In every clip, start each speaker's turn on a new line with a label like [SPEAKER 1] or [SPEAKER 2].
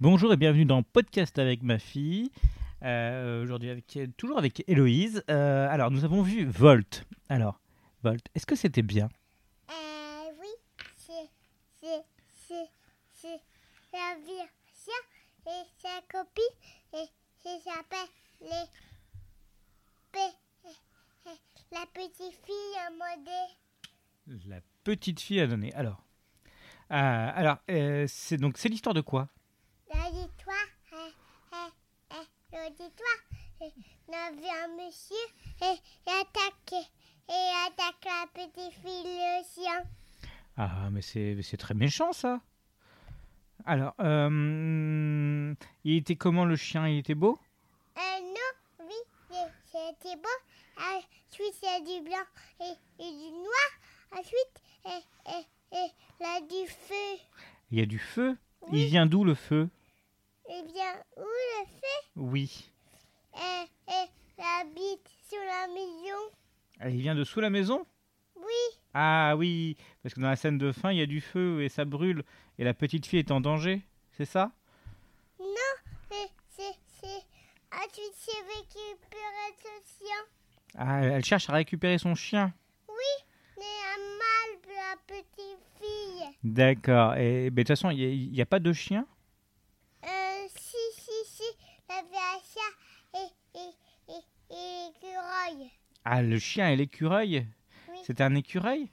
[SPEAKER 1] Bonjour et bienvenue dans Podcast avec ma fille. Euh, Aujourd'hui, avec, toujours avec Héloïse. Euh, alors, nous avons vu Volt. Alors, Volt, est-ce que c'était bien
[SPEAKER 2] Euh, oui, c'est, c'est, c'est, c'est la version et sa copie et ça s'appelle les pe- la petite fille en mode
[SPEAKER 1] La petite fille a donné. Alors, Euh, alors euh, c'est donc c'est l'histoire de quoi
[SPEAKER 2] la victoire. euh, euh, euh, La victoire. euh, On a vu un monsieur eh, et il attaque et il attaque la petite fille le chien.
[SPEAKER 1] Ah, mais c'est mais c'est très méchant ça. Alors, euh, il était comment le chien Il était beau
[SPEAKER 2] Euh, non, oui, c'est- c'était beau. Ensuite, il y a du blanc et, et du noir. Ensuite, et, et, et, là, du feu.
[SPEAKER 1] Il y a du feu. Il
[SPEAKER 2] Oui.
[SPEAKER 1] vient d'où le feu
[SPEAKER 2] Eh bien, où le feu
[SPEAKER 1] Oui.
[SPEAKER 2] et, et la bite sur la maison.
[SPEAKER 1] Ah, Il vient de sous la maison
[SPEAKER 2] Oui,
[SPEAKER 1] Ah oui, parce que dans la scène de fin, il y a du feu et ça brûle et la petite fille est en danger, c'est ça
[SPEAKER 2] non, et c'est... c'est- Ensuite, j'ai récupéré ce chien.
[SPEAKER 1] Ah, elle cherche à récupérer son chien.
[SPEAKER 2] Oui, mais à mal de la petite fille.
[SPEAKER 1] D'accord. Et mais de toute façon, il y a- il n'y a, pas de chien
[SPEAKER 2] Euh, si, si, si, la VHA et, et, et, et l'écureuil.
[SPEAKER 1] Ah, le chien et l'écureuil
[SPEAKER 2] Oui.
[SPEAKER 1] C'est un écureuil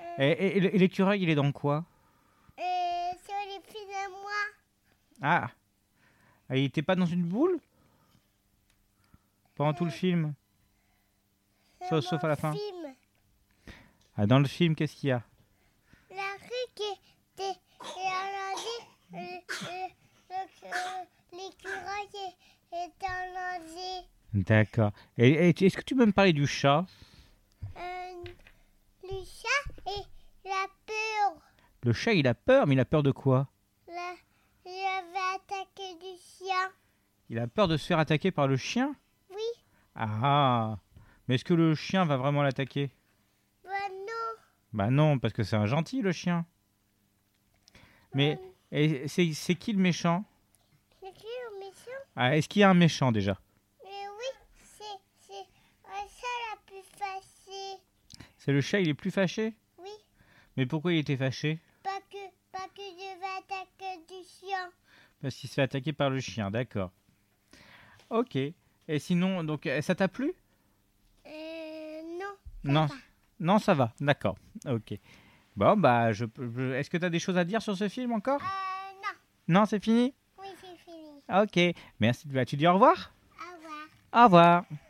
[SPEAKER 2] Euh,
[SPEAKER 1] Et, et- et le- et l'écureuil, il est dans quoi
[SPEAKER 2] Euh, sur les filles à moi.
[SPEAKER 1] Ah Ah, Il n'était pas dans une boule Pendant tout
[SPEAKER 2] Euh.
[SPEAKER 1] le film
[SPEAKER 2] c'est
[SPEAKER 1] Sauf- sauf à la
[SPEAKER 2] mon
[SPEAKER 1] fin.
[SPEAKER 2] film.
[SPEAKER 1] Ah, dans le film, qu'est-ce qu'il y a
[SPEAKER 2] La rue qui était irlandaise, le- le- le- euh, l'écureuil est- est irlandais.
[SPEAKER 1] D'accord. Et, et est-ce que tu peux me parler du chat
[SPEAKER 2] Euh, le chat et la peur.
[SPEAKER 1] Le chat, il a peur, mais il a peur de quoi
[SPEAKER 2] La, j'avais attaqué du chien.
[SPEAKER 1] Il a peur de se faire attaquer par le chien
[SPEAKER 2] Oui,
[SPEAKER 1] Ah Mais est-ce que le chien va vraiment l'attaquer
[SPEAKER 2] bah non.
[SPEAKER 1] Bah non, parce que c'est un gentil le chien. Mais et c'est c'est qui le méchant
[SPEAKER 2] euh, C'est qui le méchant
[SPEAKER 1] ah, Est-ce qu'il y a un méchant déjà
[SPEAKER 2] Mais oui, c'est, c'est euh, ça la plus facile.
[SPEAKER 1] C'est le chat, il est plus fâché
[SPEAKER 2] Oui,
[SPEAKER 1] Mais pourquoi il était fâché
[SPEAKER 2] pas que, pas que je vais attaquer du chien.
[SPEAKER 1] Parce qu'il se fait attaquer par le chien, d'accord. Ok. Et sinon, donc euh, ça t'a plu
[SPEAKER 2] Euh, non.
[SPEAKER 1] Non. Non, ça va, d'accord. Ok. Bon, bah, je, peux- je- est-ce que t'as des choses à dire sur ce film encore
[SPEAKER 2] Euh, non.
[SPEAKER 1] Non, c'est fini
[SPEAKER 2] Oui, c'est fini.
[SPEAKER 1] Ok. Merci. Bah, tu dis au revoir
[SPEAKER 2] Au revoir.
[SPEAKER 1] Au revoir.